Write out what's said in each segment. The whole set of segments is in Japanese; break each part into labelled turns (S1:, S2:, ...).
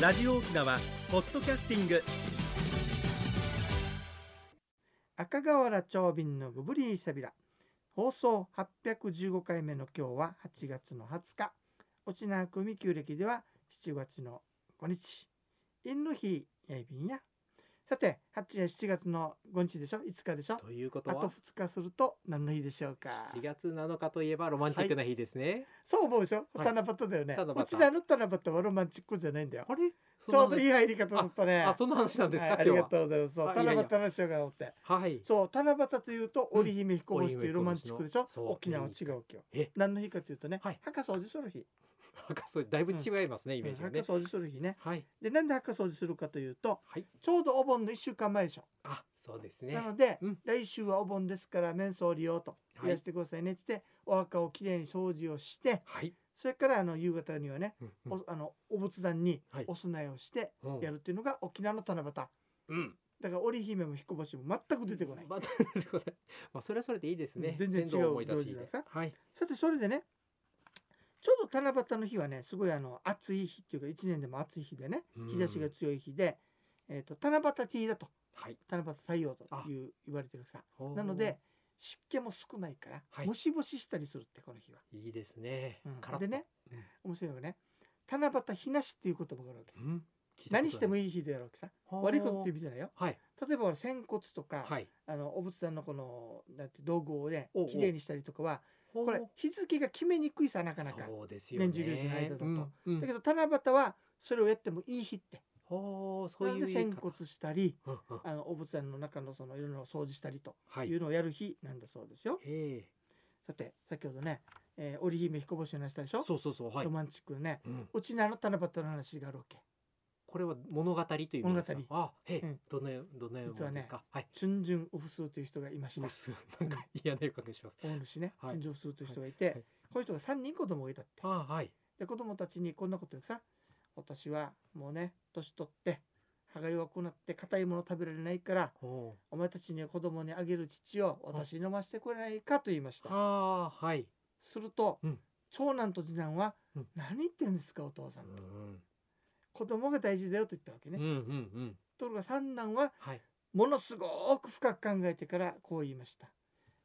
S1: ラジオ沖縄ポッドキャスティング
S2: 赤瓦長瓶のグブリーサビラ放送815回目の今日は8月の20日沖縄組旧暦では7月の5日陰の日やいびんやさて8 7月の5日でしょ5日でしょ
S3: ということ
S2: あと
S3: は
S2: 2日すると何の日でしょうか
S3: 7月7日といえばロマンチックな日ですね。
S2: そう思うでしょ
S3: はい
S2: 七夕だよね、
S3: 七夕
S2: うちらの七夕はロマンチックじゃないんだよ
S3: あれ
S2: ちょうどい
S3: い
S2: い入り方だったね
S3: あそんな話なんですか、
S2: はい、あり
S3: 今日
S2: が
S3: は。
S2: とうございますそう
S3: あい
S2: 七
S3: やいや
S2: 夕の人がおって
S3: はい。
S2: そう七夕というと
S3: うん
S2: 織姫彦星というロマンチックでしょ
S3: 織姫彦星のそう
S2: 沖縄は違う今日
S3: え
S2: 何の日かというとね、
S3: はい
S2: 墓掃除する日
S3: なんかそうだいぶ違いますね、イメージが
S2: うん
S3: ね。
S2: 墓掃除する日ね
S3: はい
S2: でなんで墓掃除するかというと
S3: はい。
S2: ちょうどお盆の一週間前でしょ、
S3: あそうですね
S2: な。ので、
S3: うん
S2: 来週はお盆ですから面相を利用と
S3: はい
S2: 増やしてくださいねっつって、お墓をきれいに掃除をして
S3: はい。
S2: それからあの夕方にはね
S3: うん
S2: おあのお仏壇に
S3: はい
S2: お供えをして
S3: うん
S2: やるっていうのが沖縄の七夕だか
S3: うん。
S2: ら織姫も彦星も全く出てこない
S3: またまあそれはそれでいいですね
S2: う。ん全然違う
S3: 天童を思い出す日
S2: 行
S3: で
S2: 事だか
S3: はい。
S2: さてそれでねちょうど七夕の日はねすごいあの暑い日っていうか一年でも暑い日でね
S3: うん
S2: 日差しが強い日で、えー、と七夕 T だと
S3: はい。
S2: 七夕太陽という言われてるさなので湿気も少ないから、
S3: はい
S2: もしもししたりするってこの日は。
S3: いいですね
S2: うん。
S3: カラッと
S2: でね、面白いのがね七夕日なしっていう言葉があるわけ
S3: うん。聞いたことない
S2: 何してもいい日でやるわけさ悪いことっていう意味じゃないよ
S3: はい
S2: 例えば俺仙骨とか、
S3: はい。
S2: あのお仏壇のこのなんて道具をね
S3: おうおう
S2: きれいにしたりとかは
S3: こ
S2: これ日付が決めにくいさなかなか
S3: そうですよね。
S2: 年中行事の間だと
S3: うんうん
S2: だけど七夕はそれをやってもいい日って
S3: ほうそ
S2: な
S3: う
S2: の
S3: いう
S2: で
S3: 言い
S2: 仙
S3: 方
S2: 骨したり
S3: うんうん
S2: あのお仏壇の中のそのいろんなのを掃除したりと
S3: はいい。
S2: うのをやる日なんだそうですよ。
S3: ええ。
S2: さて先ほどね、えー、織姫彦星の話したでしょ、
S3: そうそうそうはい
S2: ロ。マンチックなね
S3: うん
S2: うちなの七夕の話があるわけ。
S3: これは物語という意味ですか
S2: 物語
S3: あ、へい、
S2: うん
S3: どのよどのようなものですか。はい。
S2: チュンジュンウフスーという人がいました
S3: うっ。すなんか嫌な予感がします。
S2: 大主ね、
S3: はい
S2: チュンジュンウフスーという人がいて、
S3: はい
S2: こういう人が3人子供がいたって。
S3: あ、はい。
S2: で子供たちにこんなこと言うさ私はもうね年取って歯が弱くなって硬いもの食べられないから
S3: おう
S2: お前たちには子供にあげる父を私に飲ませてくれないかと言いました。
S3: あー、はい。
S2: すると、
S3: うん
S2: 長男と次男は、
S3: うん
S2: 何言ってんですかお父さ
S3: うん
S2: と、
S3: ん
S2: 子供が大事だよと言ったわけね、
S3: うんうんうん。
S2: ところが三男は
S3: はい。
S2: ものすごく深く考えてからこう言いました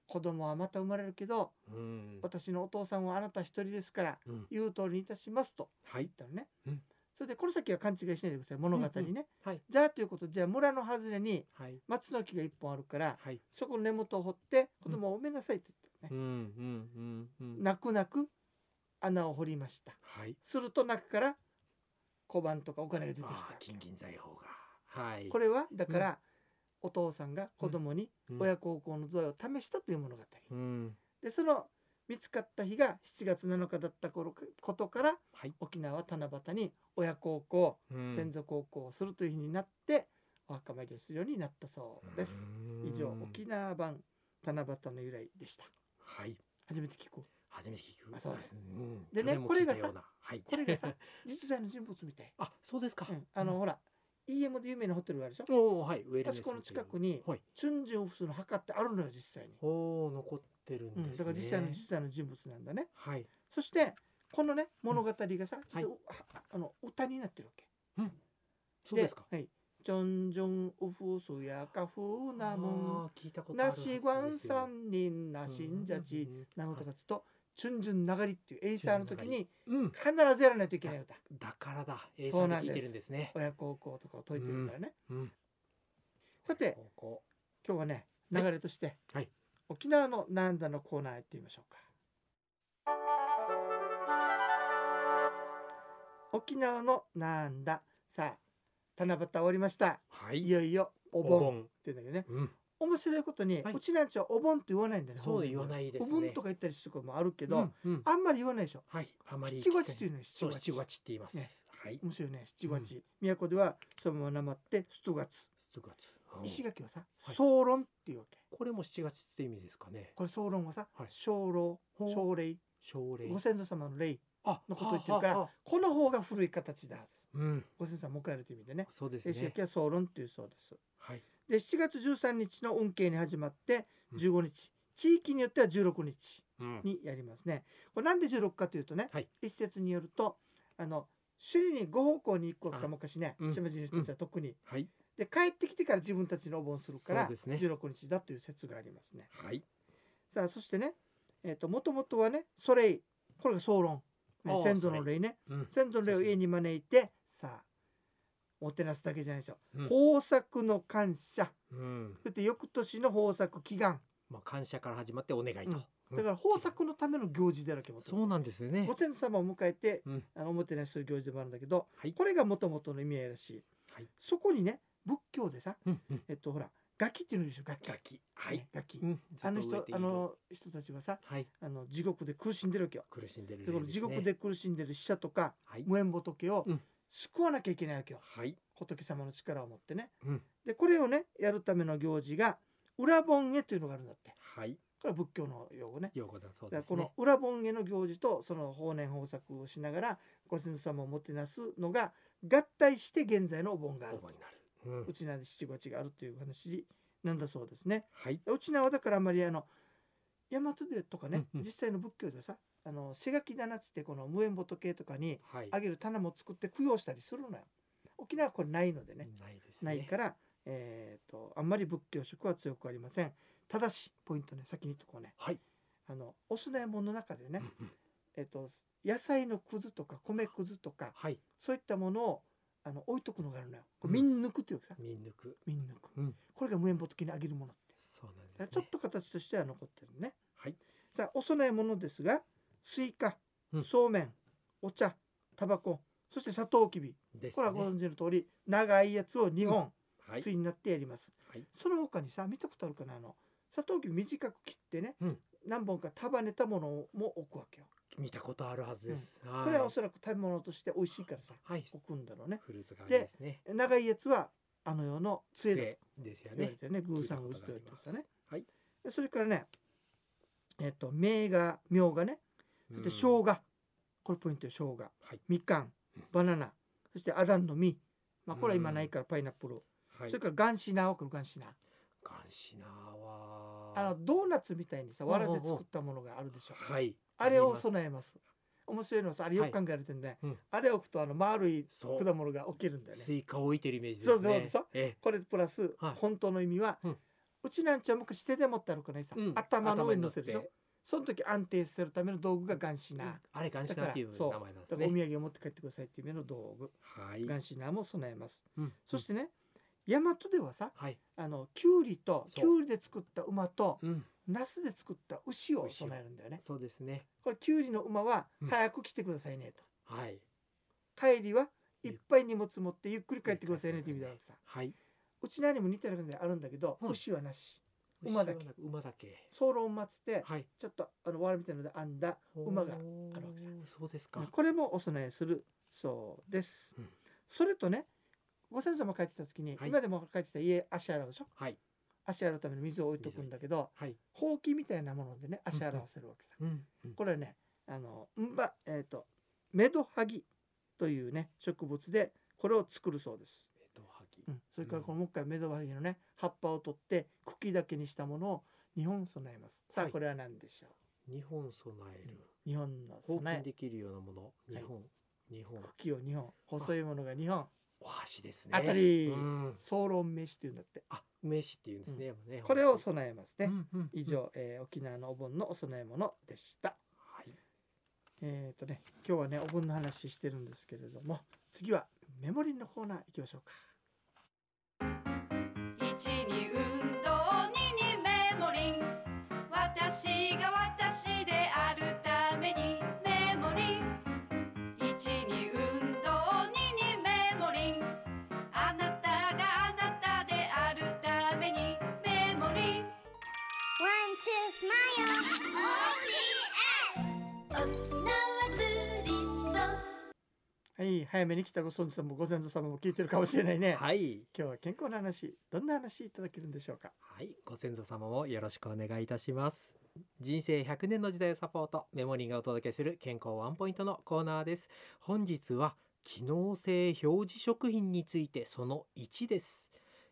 S2: 子供はまた生まれるけど
S3: うん。
S2: 私のお父さんはあなた一人ですから
S3: うん。
S2: 言う通りにいたしますと
S3: は
S2: 言
S3: い
S2: っ。たのね、
S3: うん
S2: それでこの先は勘違いしないでください物語ね、
S3: うんうはい。
S2: じゃあということでじゃあ村の外れに
S3: はい。
S2: 松の木が一本あるから
S3: はい。
S2: そこの根元を掘って子供を埋めなさいと言った
S3: うん
S2: のね、
S3: うんうんうん。
S2: 泣く泣く穴を掘りました
S3: はい。
S2: すると中から小判とかお金が出てき
S3: あ
S2: た
S3: ー金銀財宝が。はい。
S2: これはだから、お父さんが子供に
S3: うん
S2: 親孝行の度合いを試したという物語、
S3: うん。
S2: でその見つかった日が7月7日だった頃かことから
S3: はい。
S2: 沖縄は七夕に親孝行、
S3: うん
S2: 先祖孝行をするという日になってお墓参りをするようになったそうです、。
S3: うん
S2: 以上沖。縄版七夕の由来でした
S3: はい。
S2: 初めて聞こう
S3: 初めて聞く。
S2: あそうです
S3: ん
S2: でね
S3: 去年も
S2: これがさ
S3: 聞いたようなはい。
S2: これ が さ実在の人物みたい、
S3: あ、そうですか
S2: う。ん、あの、ほら EM で有名なホテルがあるでしょ
S3: おおはい。ウェルネ
S2: あ
S3: ス
S2: そこの近く
S3: に。
S2: に
S3: はい。
S2: チュンジュンオフスの墓ってあるのよ実際に、
S3: おお残ってるん
S2: う
S3: ですね。
S2: ん、だから実際の実際の人物なんだね
S3: はい。
S2: そしてこのね物語がさ、
S3: はい
S2: 実ははあの歌になってるわけ
S3: そうですか。
S2: はいジョンジョンオフスやカフーナム
S3: あー聞いたことある
S2: な
S3: はずです
S2: し
S3: よ。
S2: ワンさんにんなしんじゃちなのとかっていうと、チュンジュン流りっていうエイサーの時に
S3: うん。うん。
S2: 必ずやらないといけない歌
S3: だからだ。A
S2: そ
S3: さ
S2: うん
S3: で
S2: なんです
S3: 聞いてるんですね。
S2: 親孝行とかを解いてるからね、
S3: うん。
S2: さて
S3: ここ
S2: 今日はね
S3: は
S2: 流
S3: い
S2: れとして、
S3: はい
S2: 沖縄のなんだのコーナーへ行ってみましょうか沖縄のなんださあ七夕終わりました
S3: はいい。
S2: よいよお盆って言うんだけどね
S3: うん。
S2: 面白いことに、
S3: はいう
S2: ちなんちはお盆って言わないんだよね
S3: そう言わ
S2: い
S3: ないです
S2: お
S3: ね。
S2: 盆とか言ったりすることもあるけ
S3: け
S2: ど、
S3: うん。
S2: あんまり言わないでしょ
S3: はい。あまり
S2: 七月って
S3: 七
S2: いうのよ七
S3: そう七
S2: 月
S3: 月って言いま
S2: ね
S3: す。はい。
S2: 面白いね七月、都ではそのままなまって七月
S3: 七月。うん
S2: 石垣はさ
S3: はい
S2: 総論っていうわけ
S3: これも七月って意味ですかね。
S2: これ総論はさ
S3: はい
S2: 鐘楼
S3: ほう
S2: 奨励
S3: 奨励
S2: ご。先祖様の霊
S3: あ
S2: のことを言ってるから
S3: はあはあ
S2: この方が古い形だはず
S3: うん。
S2: ご先祖様を迎えるという意味でね
S3: そうです
S2: 石
S3: ね
S2: 垣。は総論というそうです
S3: はい。
S2: で7月13日の運慶に始まって
S3: うん
S2: 15日、地域によっては16日
S3: うん。
S2: にやりますねこれなんで16かというとね、
S3: はい
S2: 一説によるとあの首里に5方向に1個さ
S3: あ
S2: もかしね、
S3: うん
S2: 島人の人たちは特に、
S3: はい
S2: で帰ってきてから自分たちのお盆するから、
S3: そうですね
S2: 16日だという説がありますね
S3: はい
S2: さあそしてねえっ、ともともとはねソレイこれが総論、ね
S3: ああ
S2: 先祖の霊ね
S3: うん
S2: 先祖の霊を家に招いてさあもてなすだけじゃないですよ、
S3: うん
S2: 豊作の感謝
S3: うん
S2: そして翌年の豊作祈願、
S3: まあ感謝から始まってお願いと、
S2: うんだから豊作のための行事だらけもと
S3: そうなんですよね
S2: ご先祖様を迎えて、
S3: うん
S2: あのおもてなしする行事でもあるんだけど
S3: はい
S2: これがもともとの意味合いらしい、
S3: はい
S2: そこにね仏教でさ
S3: うんうん
S2: えっとほら楽器っていうのいるでしょ楽器、
S3: ガキはい
S2: ね楽器、
S3: うん
S2: あの
S3: ずっと植え
S2: 人
S3: てい
S2: あ
S3: る
S2: の人たちはさ
S3: はい
S2: あの地獄で苦しんでるわけよ、
S3: 苦しんでる
S2: だから地獄で苦しんでる死者とか
S3: はい
S2: 無縁仏を
S3: うん
S2: 救わなきゃいけないわけよ
S3: はい
S2: 仏様の力を持ってね
S3: うん
S2: でこれをねやるための行事が裏盆へというのがあるんだって
S3: はい
S2: これは仏教の用語ね
S3: 用語だそうで
S2: だから
S3: す
S2: こ
S3: ね
S2: の裏盆下の行事とその法然豊作をしながらご先祖様をもてなすのが合体して現在のお盆がある
S3: 応募になる、うん
S2: うちなで七五八があるという話なんだそうですね。
S3: はい
S2: でうちなはだからあんまりあの大和でとかね、
S3: うんうん
S2: 実際の仏教ではさあの背書きだなっつってこの無縁仏とかに
S3: はい
S2: あげる棚も作って供養したりするのよ。沖縄はこれないのでね
S3: ないですね
S2: ないから、えー、とあんまり仏教色は強くありません。ただしポイントね先に言っとこうね
S3: はい、
S2: あのお供え物の中でね、
S3: うんうん
S2: えっと、野菜のくずとか米くずとか
S3: はい
S2: そういったものをあの置いとくのがあるのよ。こ
S3: うん
S2: れ民抜くというかさ、
S3: 見抜く
S2: 民抜く、
S3: うん
S2: これが無縁仏にあげるものって。
S3: そうなんです、
S2: だから
S3: ね、
S2: ちょっと形としては残ってるね。
S3: はい
S2: さあお供え物ですがスイカ、
S3: うん
S2: そうめんお茶タバコそしてサトウキビ
S3: です、ね、
S2: これはご存知の通り長いやつを2本
S3: はい
S2: 対になってやります。
S3: はい
S2: その他にさ見たことあるかなあのサトウキビ短く切ってね、
S3: うん
S2: 何本か束ねたものも置くわけよ。
S3: 見たことあるはずです、
S2: これはお
S3: はい
S2: そらく食べ物として美味しいからさ
S3: はい
S2: 置くんだろうね
S3: フルーツがですね
S2: 長いやつはあの世の杖だと
S3: 杖ですよ
S2: 言われ
S3: ね
S2: てるねグーさん
S3: 聞
S2: グ
S3: い
S2: ー
S3: た
S2: ス
S3: こと
S2: 言われてるさね
S3: あり
S2: でそれからねえっと銘が苗がねそして生姜これポイントよ生姜
S3: はい
S2: みかんバナナそしてアダンの実まあこれは今
S3: うん
S2: ないからパイナップル
S3: はい
S2: それからガンシナーこれガンシナー
S3: ガンシナーは
S2: あのドーナツみたいにさ
S3: ほう
S2: わ
S3: ほう
S2: ら
S3: ほう
S2: で作ったものがあるでしょ
S3: はい
S2: あれを
S3: の
S2: 備えます面白いのはさあれよく考えられてるね
S3: うん
S2: あれを置くとあの丸い
S3: そう
S2: 果物が起きるんだよね
S3: スイカを置いてるイメージですね
S2: そうそうでしょ
S3: え
S2: これプラス、
S3: はい
S2: 本当の意味は、
S3: う
S2: うんちなんちゃんも昔手で持ってあるからさ、
S3: えうん
S2: 頭の上に乗せるでし
S3: 頭
S2: ょその時安定させるための道具がガンシナー、
S3: に乗ってあれガンシナーっていう名
S2: そう
S3: 前なんで
S2: だ
S3: す
S2: からお
S3: ね
S2: 土産を持って帰ってくださいっていう意味の道具、
S3: はい
S2: ガンシナーも備えます、
S3: うん
S2: そしてね大和ではさ
S3: はい
S2: あのキュウリと
S3: そう
S2: キュウリで作った馬と
S3: うん
S2: ナスで作った牛を
S3: 牛を
S2: 備えるんだよね
S3: そうですね
S2: これキュウリの馬は
S3: うん
S2: 早く来てくださいねと、
S3: はい
S2: 帰りはいっぱい荷物持ってゆっくり帰ってくださいねって意味だからさ
S3: はいう
S2: ちなにも似たような感じであるんだけど、
S3: うん
S2: 牛はなし馬だけ
S3: 馬だけ
S2: ソロン祭って
S3: はい
S2: ちょっとあのわらみたいので編んだ馬があるわけさ
S3: おーそうですか
S2: これもお供えするそうです、
S3: うん
S2: それとねご先祖様帰ってきた時に、
S3: はい
S2: 今でも帰ってきたら家足洗うでしょ
S3: はい
S2: 足洗うための水を置いとくんだけど
S3: はい
S2: ほうきみたいなものでね足洗わせるわけさ、
S3: うんうん
S2: これはねあのんばえっ、とメドハギというね植物でこれを作るそうです、
S3: えっとはぎ
S2: うん、それからこのもう一回メドハギのね葉っぱを取って茎だけにしたものを2本備えますさあ
S3: はい
S2: これは何でしょう、
S3: 二本備える
S2: 日本の
S3: 貢
S2: 備
S3: 献
S2: え
S3: できるようなもの二本二本
S2: 茎を2本細いものが2本
S3: お箸ですね
S2: 当たり
S3: うん
S2: 総論飯っていうんだって
S3: あ梅酒っていうんですねやっぱね
S2: これを
S3: お箸
S2: 備えますね、
S3: うんうんうん
S2: 以上、えー沖縄のお盆のお供え物でした
S3: はい
S2: えっ、とね今日はねお盆の話してるんですけれども次はメモリーのコーナー行きましょうか
S4: 一に運動二にメモリン私が私であるためにメモリン一に運動二にメモリンあなたがあなたであるためにメモリン
S5: One, two, smile. OPS! 沖縄ツーリスト。
S2: はい早めに来たご存知さんもご先祖様も聞いてるかもしれないね、
S3: はい
S2: 今日は健康の話どんな話いただけるんでしょうか
S3: はい、ご先祖様もよろしくお願いいたします。人生100年の時代をサポート、メモリーがお届けする健康ワンポイントのコーナーです。本日は機能性表示食品についてその1です。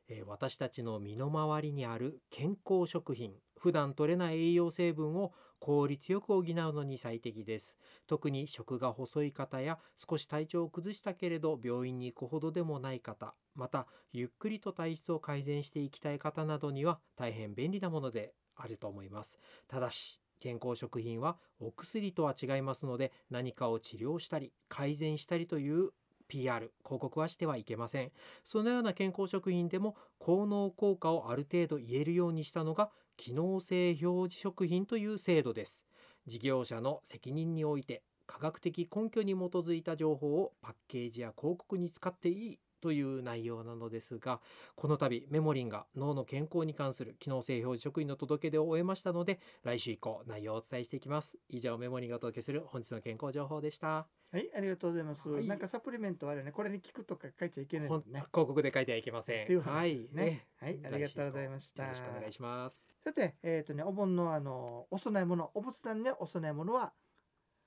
S3: えー私たちの身の回りにある健康食品、普段摂れない栄養成分を効率よく補うのに最適です特に食が細い方や少し体調を崩したけれど病院に行くほどでもない方またゆっくりと体質を改善していきたい方などには大変便利なものであると思いますただし健康食品はお薬とは違いますので何かを治療したり改善したりという PR 広告はしてはいけませんそのような健康食品でも効能効果をある程度言えるようにしたのが機能性表示食品という制度です事業者の責任において科学的根拠に基づいた情報をパッケージや広告に使っていいという内容なのですがこの度メモリンが脳の健康に関する機能性表示食品の届け出を終えましたので来週以降内容をお伝えしていきます以上メモリンがお届けする本日の健康情報でした
S2: はい、ありがとうございます。
S3: はい
S2: なんかサプリメントはあるよね。これに効くとか書いちゃいけない
S3: ほ
S2: も
S3: ん
S2: んね
S3: 広。告で書いてはいけません
S2: っていう話ですね。はい、
S3: ね
S2: ありがとうございました。
S3: よろしくお願いします
S2: さて、えっ、とね、お盆のあのお供え物、お仏壇ね、お供え物は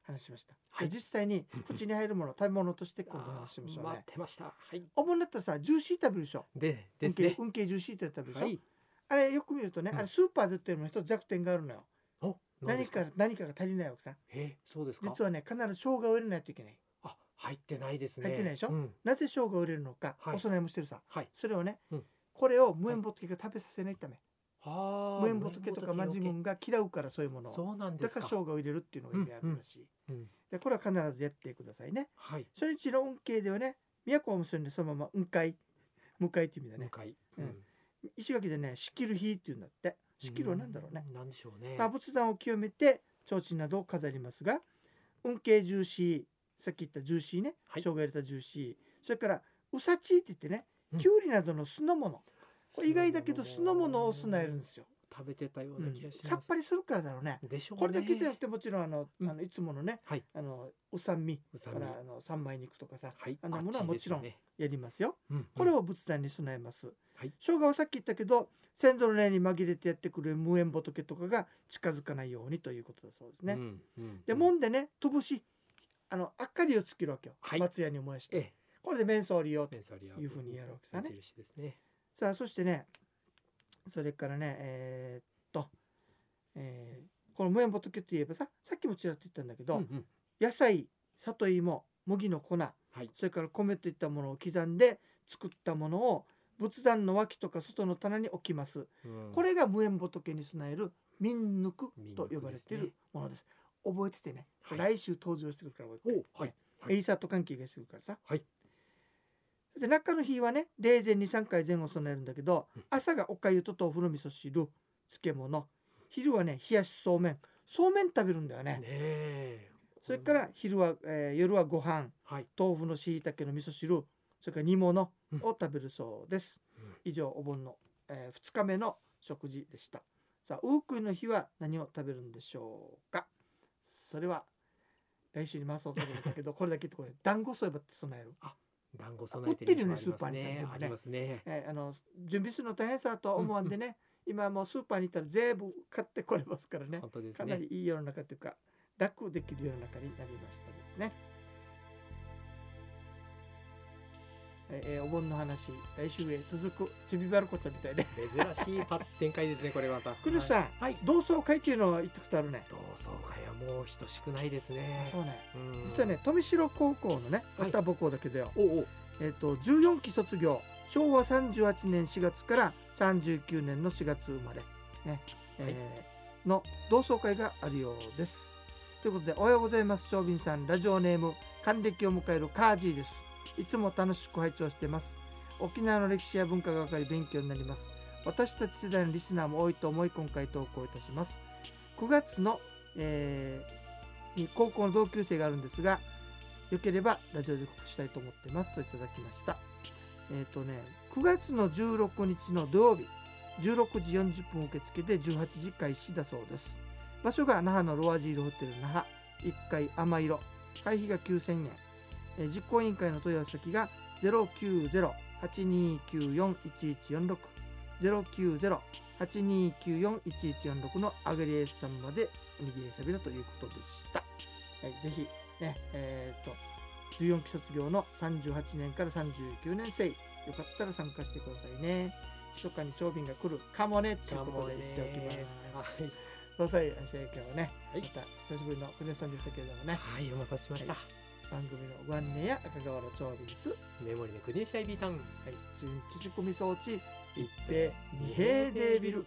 S2: 話しました。
S3: はい
S2: で実際に口に入るもの、食べ物として今度
S3: あ
S2: 話しましょう
S3: ー待っ
S2: ね。
S3: てましたはい
S2: お盆だったらさ、ジューシー食べるでしょ。
S3: でで
S2: 運
S3: す
S2: 慶
S3: ね
S2: 運慶ジューシーって食べるでしょ。
S3: はい
S2: あれよく見るとね、
S3: うん
S2: あれスーパーで売ってるのに一つ弱点があるのよ。
S3: お何で
S2: 何
S3: すか
S2: か何かが足りないわけさ。
S3: えそうですか
S2: 実はね、必ず生姜を入れないといけない。
S3: あ入ってないですね
S2: 入ってないでしょ
S3: うん
S2: なぜ生姜を入れるのか、
S3: はい
S2: お供えもしてるさ。
S3: はい
S2: それをね、
S3: うん
S2: これを無縁仏が食べさせないため、
S3: は
S2: 無縁仏とかマジモンが嫌うからそういうものを
S3: そうなんで
S2: だ
S3: すか
S2: から生姜を入れるっていうのが意味あるらしい、
S3: うん
S2: でこれは必ずやってくださいね
S3: はい
S2: 初日の恩恵ではね都を結んでそのまま雲海迎えっていう意味だ
S3: 向
S2: ね
S3: かい
S2: うん石垣でね仕切る日っていうんだって仕切るは何だろうね、
S3: んなんでしょうね
S2: まあ、仏壇を清めて提灯などを飾りますが恩恵ジューシーさっき言ったジューシーね、
S3: はい
S2: 生姜入れたジューシーそれからうさちって言ってね
S3: うん
S2: きゅうりなどの酢の物、これ意外だけど酢の物を備えるんですよ、
S3: 食べてたよう
S2: う
S3: なん気がします
S2: さっぱりするからだろうね
S3: でしょうね
S2: これだけじゃなくてもちろんあの,、
S3: うん
S2: あのいつものね、
S3: はい
S2: あのお酸味
S3: うさ
S2: か
S3: み
S2: らあの三枚肉とかさ
S3: はい
S2: あのものはもちろんやりますよこ
S3: これ
S2: れ
S3: を
S2: を仏壇に備えます、
S3: はい
S2: 生姜はさっき言ったけど先祖の霊に紛れてやってくる無縁仏とかが近づかないようにということだそうですね、でも
S3: ん
S2: んでねとぶしあの明かりをつけるわけよ、
S3: はい
S2: 松屋に燃やして、
S3: え
S2: これで面相を利用
S3: えメンソリア
S2: いうふうにやるわけさね
S3: 目印ですね
S2: さあそしてねそれからねえーっと、えーこの無縁仏といえばささっきもちらっと言ったんだけど、
S3: うんうん
S2: 野菜里芋麦の粉
S3: はい
S2: それから米といったものを刻んで作ったものを仏壇の脇とか外の棚に置きます、
S3: うん
S2: これが無縁仏に備える民ぬく
S3: 民
S2: と
S3: 抜
S2: 呼ばれている
S3: で
S2: ものです覚えててね、
S3: はい
S2: 来週登場してくるからもう一
S3: す
S2: 回
S3: ねおはいはい
S2: エイサーと関係がしてくるからさ、
S3: はい
S2: で中の日はね0前に3回前後備えるんだけど
S3: うん
S2: 朝がおかゆと豆腐の味噌汁漬物昼はね冷やしそうめんそうめん食べるんだよね
S3: ねえ
S2: それから昼は、えー夜はご飯
S3: はい
S2: 豆腐のしいたけの味噌汁それから煮物を
S3: うん
S2: 食べるそうで
S3: う
S2: す、
S3: ん
S2: 以上お盆の、え2日目の食事でしたさあウークイの日は何を食べるんでしょうかそれは来週に回そうと思ったけ どこれだけってこれ団子そういえばって備える、
S3: 団子備えて
S2: 売ってるよね
S3: 店もあります
S2: スーパーに
S3: ありますね
S2: えーあの準備するの大変さとは思わんでね、今もうスーパーに行ったら全部買ってこれますからね
S3: 本当です
S2: かな
S3: ね
S2: りいい世の中というか楽できる世の中になりましたですね。はいえーお盆の話来週へ続くちびまる子ちゃんみたいね。
S3: 珍しいパッ展開ですねこれまた
S2: クルさん、
S3: はい
S2: 同窓会っていうのは行ったことあるね。
S3: 同窓会はもう等しくないですね
S2: そうね。
S3: うん
S2: 実はね富城高校のね
S3: はい
S2: また母校だけだよ。
S3: おうおう
S2: えっ、と14期卒業昭和38年4月から39年の4月生まれ、ねえー
S3: はい
S2: の同窓会があるようです。ということでおはようございます長瓶さんラジオネーム還暦を迎えるカージーです。いつも楽しく拝聴しています。沖縄の歴史や文化がわかり勉強になります。私たち世代のリスナーも多いと思い今回投稿いたします。9月の、えーに高校の同級生があるんですがよければラジオで告知したいと思ってますといただきましたえっ、とね9月の16日の土曜日16時40分受付で18時開始だそうです場所が那覇のロアジールホテル那覇1階甘色会費が9000円えー実行委員会の問い合わせ先が090-8294-1146 090-8294-1146のアグリエースさんまでおにぎりサビラということでした。はい、ぜひね、えー、と14期卒業の38年から39年生よかったら参加してくださいね。密かに長瓶が来るかもねということで言っておきます。土佐井足今日はね、
S3: はい
S2: また久しぶりの国吉さんでしたけれどもね
S3: はいお待たせしました、
S2: 番組のご案内や赤瓦長瓶と、は
S3: メモリの国吉 IB タウン
S2: い、順知事込み装置一平二平デービル